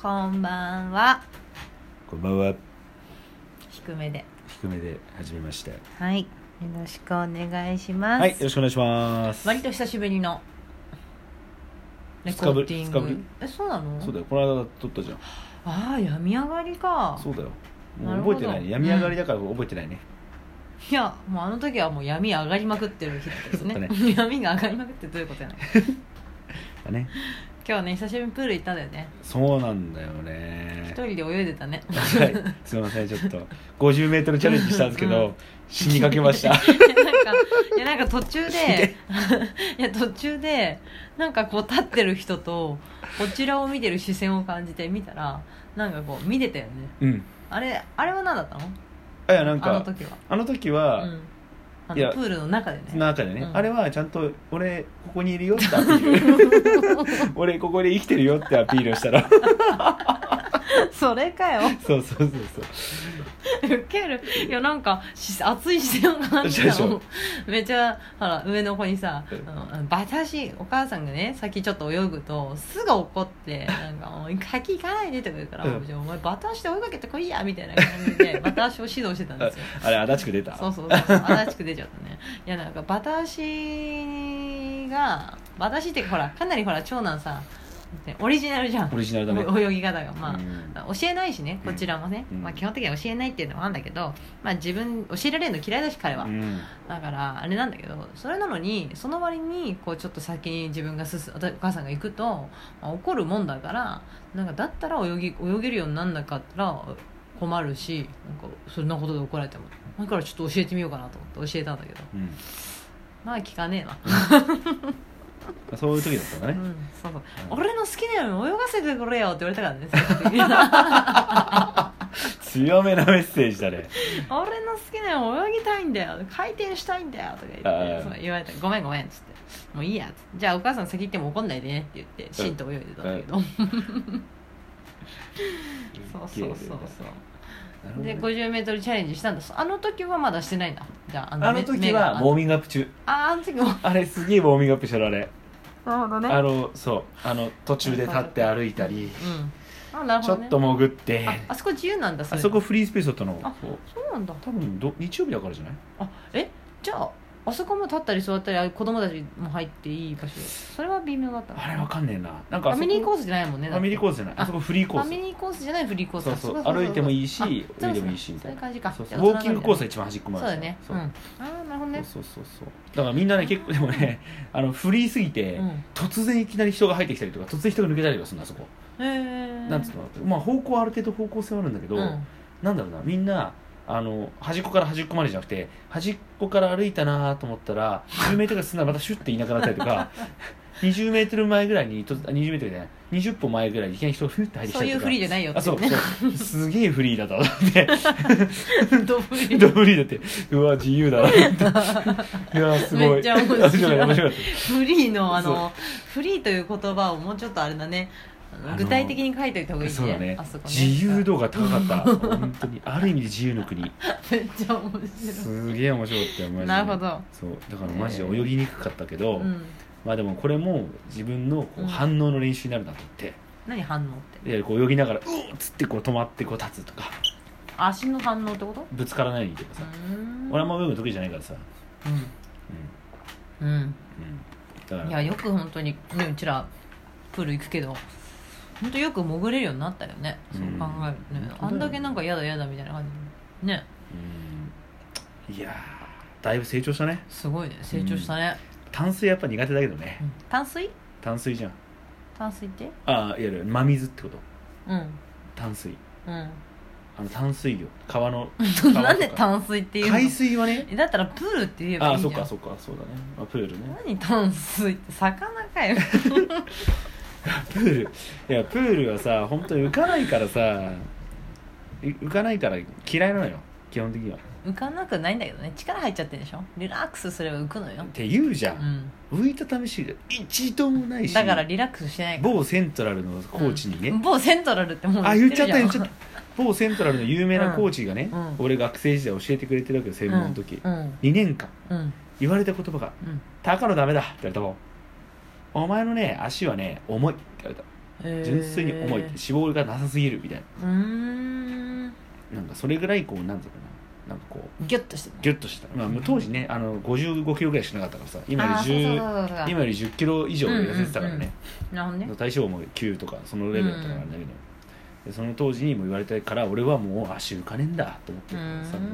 こんばんはこんばんは低めで低めで始めましてはいよろしくお願いします、はいよろしくお願いします割と久しぶりのレコーディン二日ぶり二日ぶグりえそうなのそうだよこの間撮ったじゃんああ病み上がりかそうだよなもるうほ覚えどてないね病み上がりだから覚えてないねいやもうあの時はもう闇上がりまくってる日ですねそ うだ闇が上がりまくってどういうこと やねんだね今日ね久しぶりにプール行ったんだよねそうなんだよ一ね人で泳いでた ねはいすいませんちょっと 50m チャレンジしたんですけど、うん死にかけまし いたやなんかいやなんか途中で いや途中でなんかこう立ってる人とこちらを見てる視線を感じて見たらなんかこう見てたよねうんあれあれは何だったのあいやなんあのか時は、あの時うは、ん、あいやのプールの中でね中でね、うんあれはちゃんと俺ここにいるよってアピール 俺ここで生きてるよってアピールをしたら それかよそうそうそうそうウケるいやなんかし熱い視線を感じでたしょの めっちゃほら上の子にさ「あのバタシお母さんがね先ちょっと泳ぐとすぐ怒って「なんかおい先行かないで」とか言うから「うんじゃあお前バタ足で追いかけてこいや」みたいな感じでバタ足を指導してたん ですよあれ足立区出たそうそうそうそう新しく出ちゃったねいやなんかバタ足がバタ足ってほらかなりほら長男さオリジナルじゃんオリジナルだね泳ぎ方がまあ、うん教えないしねこちらもね、うんまあ、基本的には教えないっていうのもあるんだけど、まあ、自分教えられるの嫌いだし彼は、うんだからあれなんだけどそれなのにその割にこうちょっと先に自分が進お母さんが行くと、まあ怒るもんだからなんかだったら泳ぎ泳げるようになんなかったら困るしなんかそんなことで怒られてもだからちょっと教えてみようかなと思って教えたんだけどうんまあ聞かねえな、そういう時だったんだうね、ん、そうそううん俺の好きなように泳がせてくれよって言われたからねその時強めなメッセージだね俺の好きなように泳ぎたいんだよ回転したいんだよとか言っあてーそう言われたごめんごめんっつってもういいやっつってじゃあお母さん先行っても怒んないでねって言ってシンと泳いでたんだけど、そうそうそうそうなるほどねで 50m チャレンジしたんですあの時はまだしてないんだじゃあああの時はウォーもミングアップ中ああの時もあれすげえウォーミングアップしてるあれなるほどねあのそうあの途中で立って歩いたりうんあなるちほょど、ね、っと潜ってああそこ自由なんだあれそこフリースペースだったのあそうそうなんだ多分ど日曜日だからじゃないあえじゃああそこも立ったり座ったりあ子供たちも入っていい場所それは微妙だったのあれわかんねえななんフかァあそこミリーコースじゃないもんねファミリーコースースじゃないあそこフリーコファミーリーコースじゃないフリーコーススそうだそうか歩いてもいいあしそう泳いだでもいいしみたそういいなう感じかそうそうじゃあウォーキングコースが一番端っこそまうでだよねそううんああなるほどねそうそうそうそうだからみんなね結構でもねあのフリーすぎて、うん突然いきなり人が入ってきたりとか突然人が抜けたりとかするんだそこ、へえなんつうのまあ方向はある程度方向性はあるんだけど、うんなんだろうなみんなあの端っこから端っこまでじゃなくて端っこから歩いたなと思ったら 10m 進んだらまたシュッていなくなったり とか 20m 前ぐらいにと 20m じゃない20歩前ぐらいにいきなり人がフュッて入ってきそたういりうとかフリーじゃないよっていあそううねそうすげえフリーだと思って ドフリどうフリーだってうわ自由だ なっていやすごいめっちゃ面白い面白い面白いフリーのあそのフリーという言葉をもうちょっとあれだねあのあの具体的に書いておいた方がいいねそうだねあそこね自由度が高かった本当にある意味で自由の国 めっちゃ面白いすげえ面白かったよマジでなるほどそうだからマジで泳ぎにくかったけど、うんまあでもこれも自分のこううん反応の練習になるなと思って、何反応ってでこう泳ぎながら「うおっ!」つってこう止まってこう立つとか足の反応ってことぶつからないようにとかうさ、ーん俺あんま泳ぐの得意じゃないからさ、うんうんうんうん、だかいらやよく本当にねうちらプール行くけど本当よく潜れるようになったよねそう考えるとね、うんあんだけなんか嫌だ嫌だみたいな感じねうんいやーだいぶ成長したねすごいね成長したね、淡水やっぱ苦手だけどねうん淡水淡水じゃん淡水ってああいわゆる真水ってことうん淡水うんあの淡水魚 川のなんで淡水っていうの海水はねえだったらプールって言えばあいいあじゃそんっかそっかそうだねあプールね何淡水って魚かよプールいやプールはさ本当に浮かないからさい浮かないから嫌いなのよ基本的にはっ浮かなくないんだけどね力入っちゃってるでしょリラックスすれば浮くのよ、て言うじゃ、うんん、浮いた試しが一度もないしだからリラックスしてないから某セントラルのコーチにね、某セントラルってもうあ言っちゃっるたじ言っちゃった某セントラルの有名なコーチがね、うんうん俺学生時代教えてくれてるわけよ専門の時、うんうん2年間うん言われた言葉がうん「高野ダメだ」って言われたもん「お前のね足はね重い」って言われたへー純粋に重いって脂肪がなさすぎるみたいなうーんなんかそれぐらいこうなんつうのかななんかこうギュッとしてギュッとした、まあ、当時ねあの55キロぐらいしかなかったからさ今よりあーそう10そうそうそう今より1 0キロ以上痩せてたからね、なるほどね体脂肪も9とかそのレベルだったからあれだけど、でその当時にも言われたから俺はもう足浮かねえんだと思ってうたーんそのま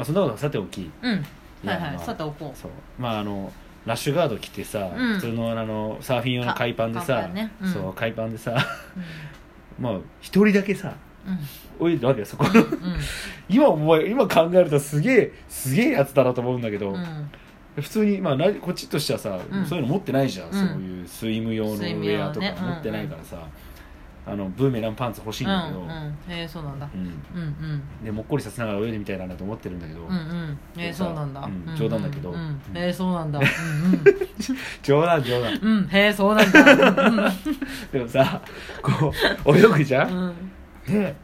あそんなことはさておきいうんはやいはまいあさておこうそうまああのラッシュガード着てさ、うん普通のあのサーフィン用の海パンでか海さパンねうんそう海パンでさ まあ一人だけさ う泳いでるわけよそこ のんうん今思え今考えるとすげえすげえやつだなと思うんだけど、うん普通に、まあ、ラこっちとしてはさ、うんそういうの持ってないじゃん、んそういうスイム用のウスイムェ用アのとねか持ってないからさ、あのブーメランパンツ欲しいんうだけど、んうんへえそうなんだうんうんうんでもっこりさせながら泳いでみたいなと思ってるんだけど、うんうんえー、そうなんだ、うん冗談だけどうんううんん、えー、そうなんだう冗談冗談んうん、うん、へえそうなんだうんでもさこう泳ぐじゃ、うんん、うん、で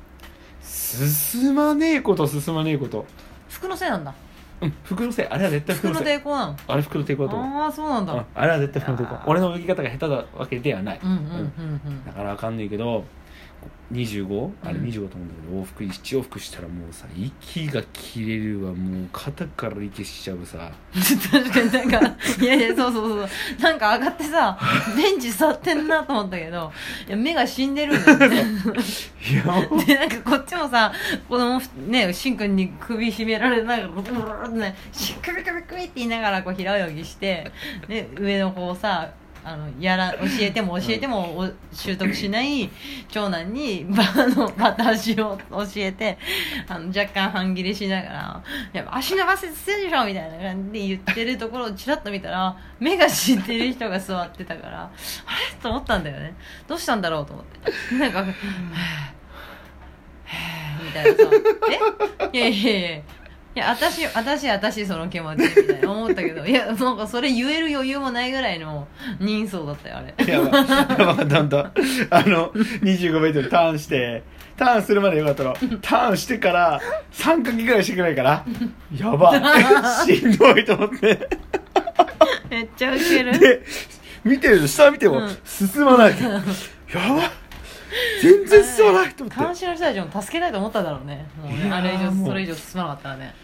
進まねえこと進まねえこと、服のせいなんだうん、服のせいあれは絶対服服ののせい抵抗なのあれ服の抵抗だと思うああーそうなんうんだあれは絶対服の抵いや抗ー俺の泳ぎ方が下手だわけではない、うんうんうんだからあかんねえけど25あれうん25と思うんだけど、往復1往復したらもうさ息が切れるわもう肩から息しちゃうさうん確かになんかいやいやそうそうそうそうなんか上がってさベンチ座ってんなと思ったけどいや目が死んでるんだよねいやもうでなんかこっちもさこのねしんくんに首絞められながらブルブルブルってねしくびくびくびって言いながらこう平泳ぎしてで上の子をさあのやら教えても教えてもお習得しない長男に バーのバタ足を教えてあの若干半切れしながら「やっぱ足長せてるでしょ」みたいな感じで言ってるところをちらっと見たら目が死んでる人が座ってたからあれと思ったんだよねどうしたんだろうと思っ てなんか「はぁみたいなさ「えいやいやいやいや私私私その気持ち」みたいな思ったけどいやなんかそれ言える余裕もないぐらいの人相だったよあれやばいやばかったほんとあの2 5ルターンしてターンするまでよかったのターンしてから3かきぐらいしてくらいからやば しんどいと思ってめっちゃウケるで見てると下見てもうん進まない、やば全然進まないと思って監視の人たちも助けたいと思っただろうねもういねやーあれ以も上うそれ以上進まなかったらね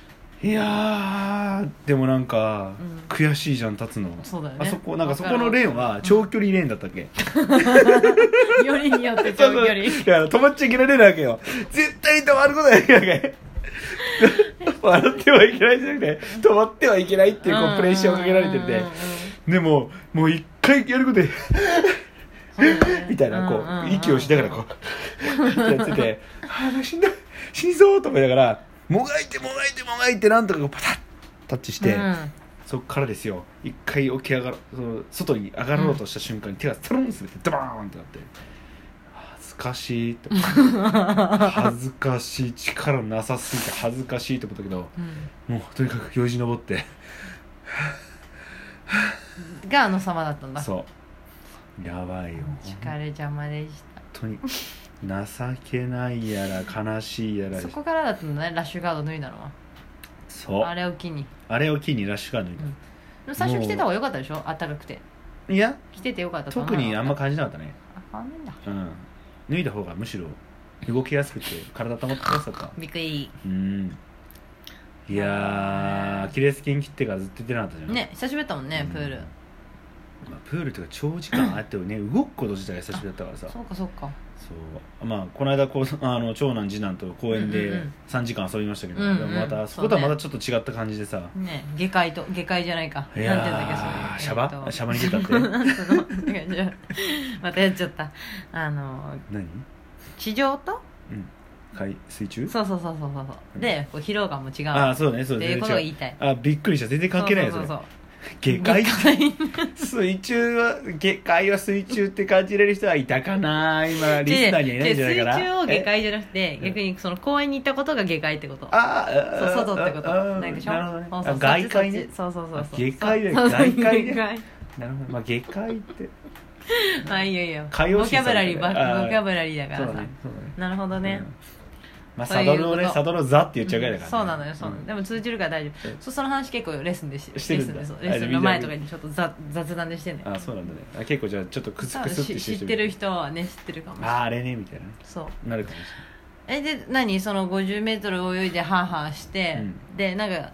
いやーでもなんか、うん悔しいじゃん立つのそうだよねあそこなんかそこのレーンは長距離レーンだったっけ、よりによってそ長うそ距う離いや止まっちゃいけないレーンなわけよ絶対に止まることはできないわ け笑ってはいけないじゃなくて止まってはいけないっていうこうプレッシャーをかけられてうんうんうんてうんでももう一回やることでそうだよね みたいなこんんんう息をしながらこうってやってて「ああ死んだ死にそう」と思いながらもがいてもがいてもがいてなんとかこうパタッタッチして、うんそこからですよ一回起き上がろその外に上がろうとした瞬間に手がトロン滑ってドバーンってなって恥ずかしいと 恥ずかしい力なさすぎて恥ずかしいと思ったけどうんもうとにかくよじ登ってがあの様だったんだそうやばいよ疲れ邪魔でし本当に情けないやら悲しいやらたそこからだったんだねラッシュガード脱いだのはそうああれれを機にを機にラッシュガードに、うんでも最初着てた方が良かったでしょ暖かくていや着てて良かったと思特わなにあんかまった感じなかったねあ変わんねえんだうん脱いだ方がむしろ動きやすくて体保ってやすかったびっくりうんいやーアキレス腱切ってからずっと出てなかったじゃん、ね久しぶりだったもんねうんプールまあ、プールというか長時間あってもね動くこと自体が久しぶりだったからさそうかそうかそうまあこの間こう あの長男次男と公園うんうでんうん3時間遊びましたけど、うんうんでもまたそそこうねとはまたちょっと違った感じでさ、ね下界と下界じゃないかいなんて言うんだっけやーシャバ、シャバに出たってその なんかじゃあまたやっちゃったあの何地上とうん海水中そうそうそうそうそうそうでこう疲労感も違うああそうだねそうっだてねいうことを言違いうたいあびっくりした全然関係ないよそそうれそうそう下界下界水中は下界は水中って感じれる人はいたかな今リスナーにはいないんじゃないかでな水中を下え界じゃなくてえ逆にその公園に行ったことが下界ってことあそうあ外ってことあああないでしょなるほどねそうあそう外界ねそっちそっちそうそうそう下界ねそうそう外界ね下界なるほどまあ下界ってあいいよいいよボ会話キャブラリーば審査みたいなあーボキャブラリーだかそうらださねそうだねなるほどねうんまあ、そういサうドルをこねとサドルをザって言っちゃうぐらいだから、ねそうなのよそうなの、でも通じるから大丈うん夫そその話結構レッスンでししてレるッんスンでそだうあレッスンの前とかにちょっと雑雑談でしてんねあそうなんだねあ結構じゃあちょっとクス多ク分スってしして知るってる人人はね知ってるかもしれあないああれねみたいなねそうなるかもしえで何その 50m 泳いでハーハーして、うんでなんか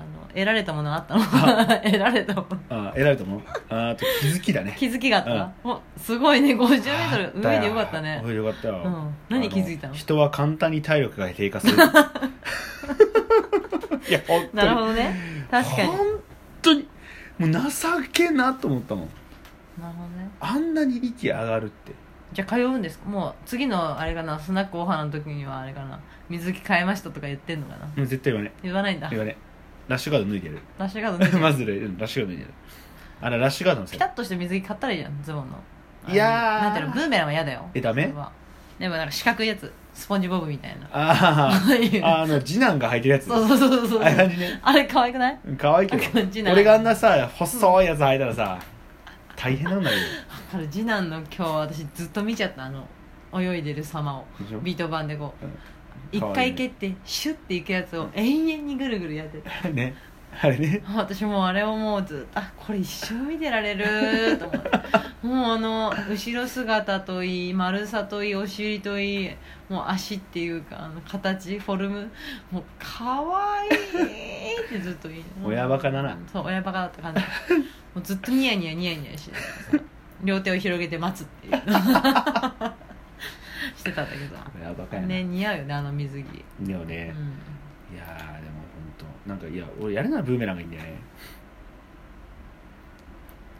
あの得られたものあったのあ 得られたものれないあー偉いと思うあーあと気づきだね気づきがあった、おすごいね 50m あ上でよかったあねーよかったよ、うん何気づいたのあ人は簡単に体力が 低下するいや本当になるほどね確かに本当にもう情けなと思ったもんなるほどねあんなに息上がるってじゃあ通うんですかもう次のあれかなスナックオファーの時にはあれかな水着変えましたとか言ってんのかなもう絶対言わね言わないんだ言わねラッシュガード脱いでやるラッシュガード脱いでまずねうんラッシュガード脱いでやるあれラッシュガードのせピいタッとして水着買ったらいいじゃんズボンのいやーあのなんていうのブーメランは嫌だよえダメそれはでもなんか四角いやつスポンジボブみたいなあああいうーあの次男が履いてるやつそうそうそうそうああいう感じね あれ可愛くない可愛いけあこっちどな俺があんなさ細いやつ履いたらさ大変なんだよあれ次男の今日私ずっと見ちゃったあの泳いでる様をでしょビート板でこう一可愛い回蹴ってシュッていくやつを永遠にぐるぐるやってて ねあれね私もうあれをもうずっとあこれ一生見てられると思ってもうあの後ろ姿といい丸さといいお尻といいもう足っていうかあの形フォルムもう可愛いってずっと言い親バカだなそう親バカだった 感じもうずっとニヤニヤニヤニヤして両手を広げて待つって いうしてたんだけやばかどやな、ね似合うよねあの水着、でもうん、ね、いやーでも本当なんかいや俺やるならブーメランがいいんだよね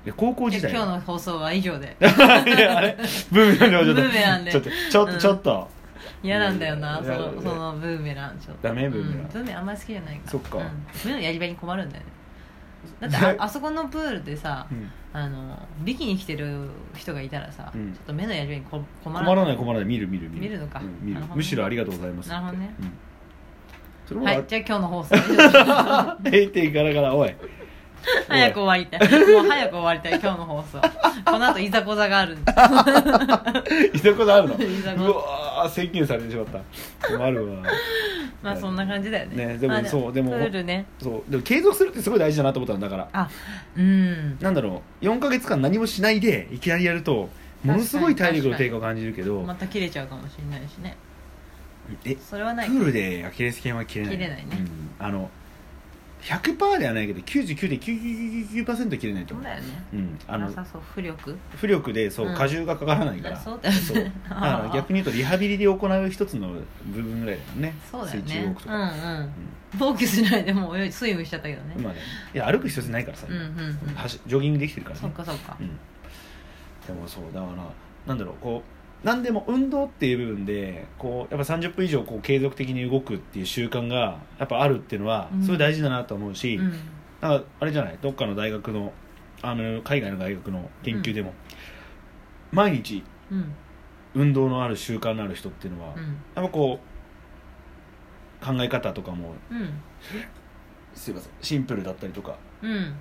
いや高校じ時ゃあ代今日の放送は以上 でいやあれブーメランでもちょっとブーメランでちょっとちょっと、うんちょっと嫌なんだよないそやのそのブーメランちょっとダメブーメランうんブーメランあんまり好きじゃないからそっかうん、ブーメランやり場に困るんだよ ねだってああそこのプールでさうんあのビキニ着てる人がいたらさ、うんちょっと目のやり場にこ困ら困らない困らない見る見る見る見るのかうん見なるほるどねむしろありがとうございますってなるほどねうんそれもはいじゃあ今日の放送は以上ですあ閉店からからおい 早く終わりたいもう早く終わりたい今日の放 送この後いざこざがあるんでおいいたことあ るのいざこざうわー宣言されてしまった困るわまあそんな感じだよねねでもまあそうでもプールねそうでも継続するってすごい大事だなと思ったんだからあうんなんだろう4か月間何もしないでいきなりやるとものすごい体力の低下を感じるけどまた切れちゃうかもしれないしねえそれはプないールでアキレス腱は切れない切れないねうんあの100%ではないけど99.999%切れないとそう思う、だよねうん、あなのさそう浮力浮力でそううん荷重がかからないから、そうだよねそ うだから逆に言うとリハビリで行う一つの部分ぐらいだもんねそうだよ水中ウォーねクとうか、んうん防御しないでもう泳いスイムしちゃったけどねまあねいや歩く必要ないからさ、うんうんうん走ジョギングできてるからねそっかそっかうん、でもそうだからなんだろうこう何でも運動っていう部分でこうやっぱ30分以上こう継続的に動くっていう習慣がやっぱあるっていうのはうんすごい大事だなと思うし、うんなんかあれじゃないどっかの大学のあの海外の大学の研究でも、毎日うん運動のある習慣のある人っていうのは、うやっんぱこう考え方とかもうんすいませんシンプルだったりとかうん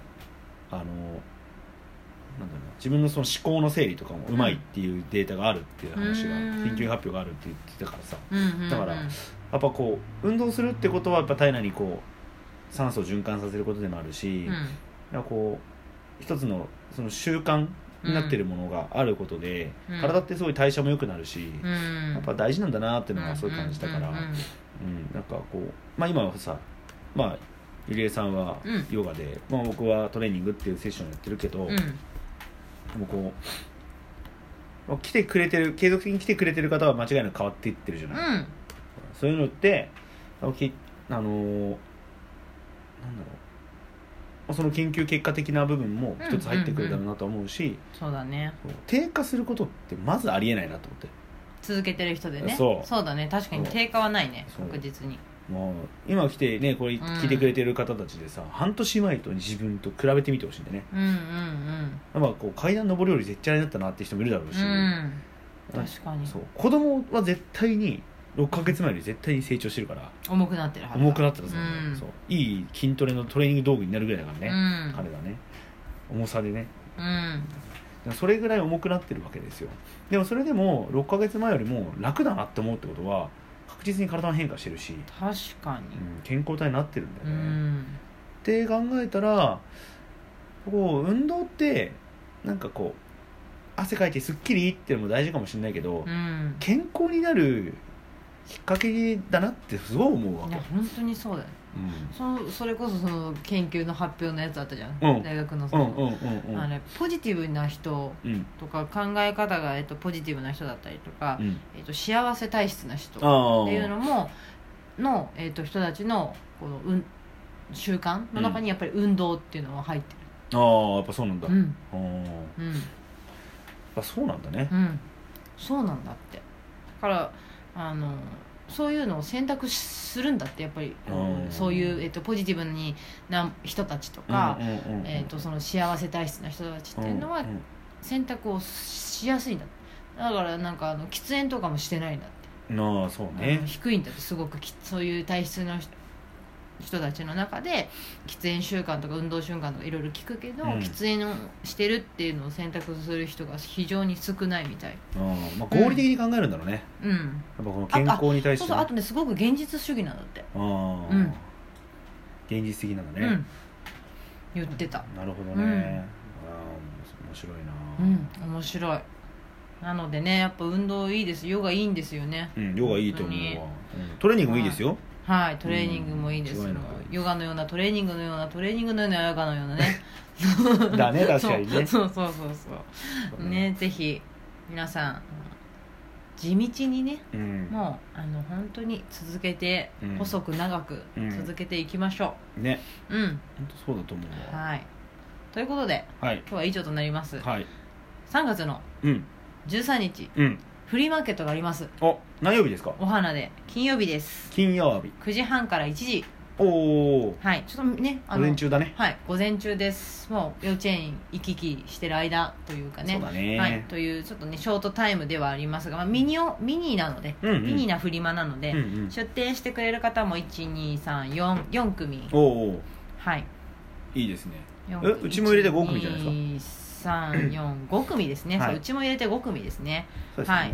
あのなんだろうな自分のその思考の整理とかもうまいっていうデータがあるっていう話うが、ん研究発表があるって言ってたからさうんうんだからやっぱこう運動するってことはやっぱ体内にこう酸素を循環させることでもあるし、うんなんかこう一つのその習慣になってるものがあることで、うん体ってすごい代謝も良くなるし、うんやっぱ大事なんだなっていうのがすごい感じたから、うんうんうんうん、なんかこう、まあ、今はさ、まあ、ゆりえさんはうんヨガで、まあ、僕はトレーニングっていうセッションやってるけど、うんうんもうこうまあ来てくれてる継続的に来てくれてる方は間違いなく変わっていってるじゃない、うんそういうのってあのきあのーなんだろうまあその研究結果的な部分も一つ入ってくるだろうなと思うし、そうだねそう低下することってまずありえないなと思って続けてる人でねそうだね確かにそう低下はないねそう確実にもう今来てねこれ聞いてくれてる方たちでさ、半年前と自分と比べてみてほしいんでねうんうんまあこう階段上り下り絶対だったなって人もいるだろううし、んうん確かにそう子供は絶対に6ヶ月前より絶対に成長してるから重くなってるはずだ重くなってるぞ、うんそういい筋トレのトレーニング道具になるぐらいだかうらね、ん彼がね重さでねうんだからそれぐらい重くなってるわけですよでもそれでも6ヶ月前よりも楽だなって思うってことは確実に体は変化してるし、確かうにん、健康体になってるんだようね、んって考えたらこう運動ってなんかこう汗かいてすっきりっていうのも大事かもしれないけど、うん健康になるきっかけだなってすごい思うわいけや、本当にそうだようん、そそれこそその研究の発表のやつあったじゃん、うん大学のそうんの、うんうんうんあれポジティブな人うんとか考え方が、えっと、ポジティブな人だったりとか、うんえっと、幸せ体質な人あっていうーのもの、えっと、人たちのこの、うん、習慣の中にやっぱり運動っていうのは入ってあーやっぱそうなんだ、る、うんあーやっうんぱそうなんだねうん、そうなんだってだからあのそういうのを選択するんだってやっぱり、うんそういう、えっと、ポジティブにな人たちとか、うんうんうんうんえー、とその幸せ体質な人たちっていうのはんん選択をしやすいんだってだからなんかあの喫煙とかもしてないんだってなあそあうのね低いんだってすごくきそういう体質の人人たちの中で喫煙習慣とか運動習慣とかいろいろ聞くけど、うん喫煙をしてるっていうのを選択する人が非常に少ないみたいあーまあ、合理的に考えるんだろうね、うんやっぱこの健康に対しそうてそうね、あとねすごく現実主義なんだって、ああ、うん現実的なんだうね、ん言ってたなるほどね、うんああ面白いなうん面白いなのでねやっぱ運動いいですヨガいいんですよねうん、ヨガいいと思うわ、うんトレーニングもいいですよ、はい、トレーニングもいいですうん違よいない。ヨガのようなトレーニングのようなトレーニングのようなヨガのようなね。 だね確かに ねそうそうそうそうそう。ね、ぜひ皆さん地道にね、うんもうあの本当に続けて、うん細く長くうん続けていきましょねう。うん、本当そうだと思うわはい。ということではい今日は以上となります。はい3月のうん13日うんフリーマーケットがあります。あ何曜日ですかお花で金曜日です。金曜日9時半から1時。おおはい、ちょっとね、あ午の前中だねはい、午前中ですもう幼稚園行き来してる間というかねそうだね、はい、というちょっとねショートタイムではありますが、まあ、ミニオミニーなので、うんうんミニーなフリマなので、うんうん出店してくれる方も12344組おおはいいいですね4えうちも入れて五組じゃないですか345組ですね、はいそううちも入れて5組ですねそうですねはい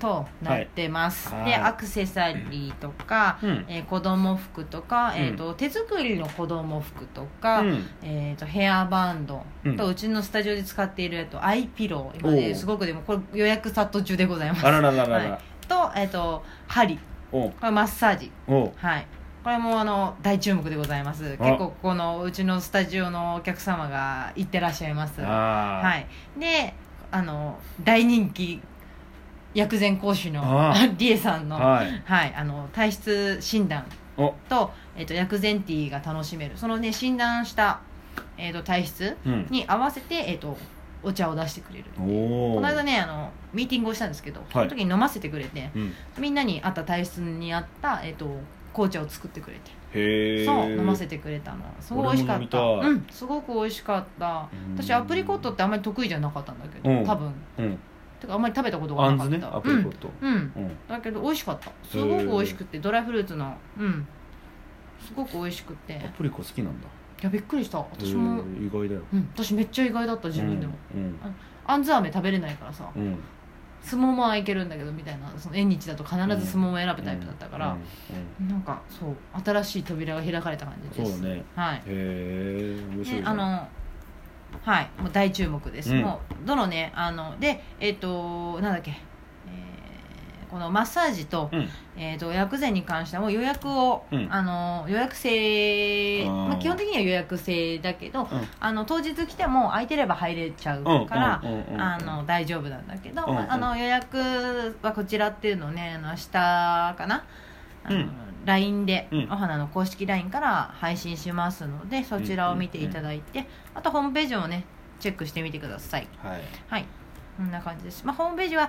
となってます、はいではいアクセサリーとか、うんえー子供服とか、えーと手作りの子供服とか、うんえー、とヘアバンドうんとうちのスタジオで使っているやとアイピロー今おねうすごくでもこれ予約殺到中でございますあららららら、はいと,、えー、と針おうこれマッサージおうはいこれもあの大注目でございます結構ここのうちのスタジオのお客様が行ってらっしゃいますはああ、い、いであの大人気薬膳講師のあリエさんのはい、はい、あの体質診断おと,、えっと薬膳ティーが楽しめるそのね診断した、えっと体質うん、に合わせて、えっとお茶を出してくれるおおこの間ねあのミーティングをしたんですけどその時に飲ませてくれて、うん、みんなに合った体質に合った、えっと紅茶を作ってくれて、へえそう飲ませてくれたのすごい美味しかった俺も飲みたいうん、すごく美味しかったうん私アプリコットってあんまり得意じゃなかったんだけうどん多分うんてかあんまり食べたことがあなんかずったねアプリコット、うん、うんうんだけど美味しかったすごく美味しくてドライフルーツのうんすごく美味しくていアプリコ好きなんだやびっくりした私もへー意外だようん私めっちゃ意外だった自分でも、うんあんず飴食べれないからさうん、うん相撲もはいけるんだけどみたいなその縁日だと必ず相撲を選ぶタイプだったから、なんかそう新しい扉が開かれた感じうんうでんそすうだねはいへえ面で白いねあのはいもう大注目です、うんもうどのねあのでえっ、となんだっけ、えーこのマッサージと、うんえー、と薬膳に関してはもう予約を、うんあの予約制あーまあ、基本的には予約制だけど、んあの当日来ても空いてれば入れちゃうから、うんうんうんうんあの大丈夫なんだけど、うんうんあの予約はこちらっていうのをねあの明日かなあの、うん LINE で、うんお花の公式 LINE から配信しますのでそちらを見ていただいて、あとホームページもねチェックしてみてください。はいはい、こんな感じです。まあ、ホームページは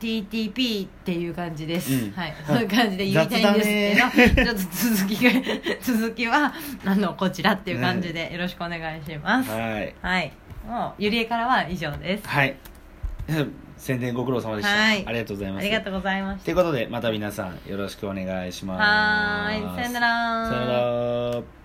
HTTP っていう感じです。うんはい、そういう感じで言いたいんですけど、ちょっと続きが 続きはあのこちらっていう感じでよろしくお願いします。はいはい、もうゆりえからは以上です。はい 宣伝ご苦労様でした、はいありがとうございまあすりがとうございましということでまた皆さんよろしくお願いしまた。すはーい、さよなら。さよなら